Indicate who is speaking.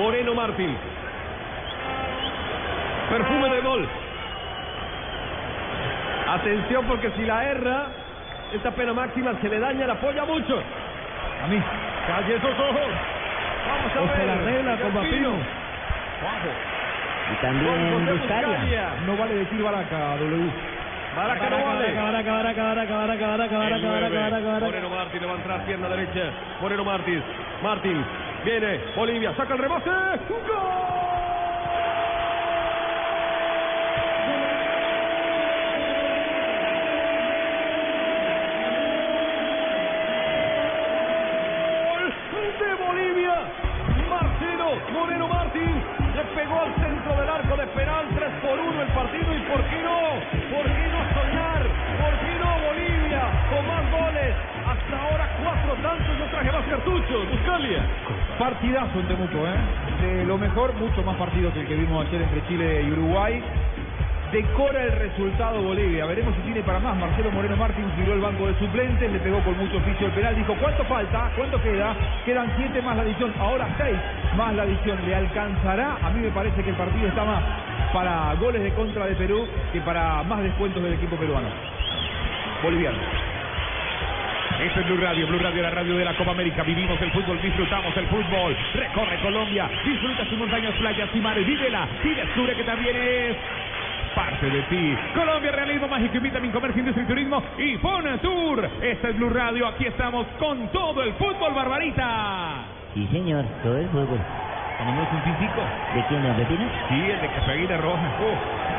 Speaker 1: Moreno Martín. Perfume de gol. Atención porque si la erra, esta pena máxima se le daña, la apoya mucho. A mí. Calle esos ojos. Vamos a
Speaker 2: O se
Speaker 1: ver.
Speaker 2: la arregla con
Speaker 1: Delfino.
Speaker 2: Vapino.
Speaker 1: Ojo.
Speaker 2: Y
Speaker 1: Con
Speaker 2: también
Speaker 1: José
Speaker 2: Buscalia.
Speaker 1: Buscalia.
Speaker 2: No vale decir Baraca, W.
Speaker 1: Baraca no vale.
Speaker 2: Baraca, Baraca, Baraca, Baraca, Baraca,
Speaker 1: El
Speaker 2: Baraca,
Speaker 1: nueve,
Speaker 2: Baraca, Baraca, Baraca.
Speaker 1: Moreno Martín le va a entrar pierna derecha. Moreno Martín. Martín. Viene. Bolivia. Saca el rebote. ¡Gol! gol de Bolivia. Marcelo Moreno Martín le pegó al centro del arco de penal 3 por 1 el partido. ¿Y por qué no? ¿Por qué no soñar? ¿Por qué no Bolivia con más goles? Hasta ahora cuatro tantos, no traje más cartuchos. Buscalia.
Speaker 2: Partidazo en Temuco, ¿eh? De lo mejor, mucho más partido que el que vimos ayer entre Chile y Uruguay. Decora el resultado Bolivia. Veremos si tiene para más. Marcelo Moreno Martins miró el banco de suplentes, le pegó con mucho oficio el penal. Dijo, ¿cuánto falta? ¿Cuánto queda? Quedan siete más la adición. Ahora seis más la adición. ¿Le alcanzará? A mí me parece que el partido está más para goles de contra de Perú que para más descuentos del equipo peruano. Boliviano.
Speaker 1: Esto es Blue Radio, Blue Radio, la radio de la Copa América. Vivimos el fútbol, disfrutamos el fútbol. Recorre Colombia, disfruta sus montañas, playas y mares. Vívela y descubre que también es parte de ti. Colombia, realismo mágico y vitamin comercio, industria y turismo y Fonatur. Esta es Blue Radio, aquí estamos con todo el fútbol, Barbarita.
Speaker 3: Sí, señor, todo el fútbol.
Speaker 1: Tenemos un físico.
Speaker 3: ¿De quién nos vecinos?
Speaker 1: Sí, el de Casaguita Roja.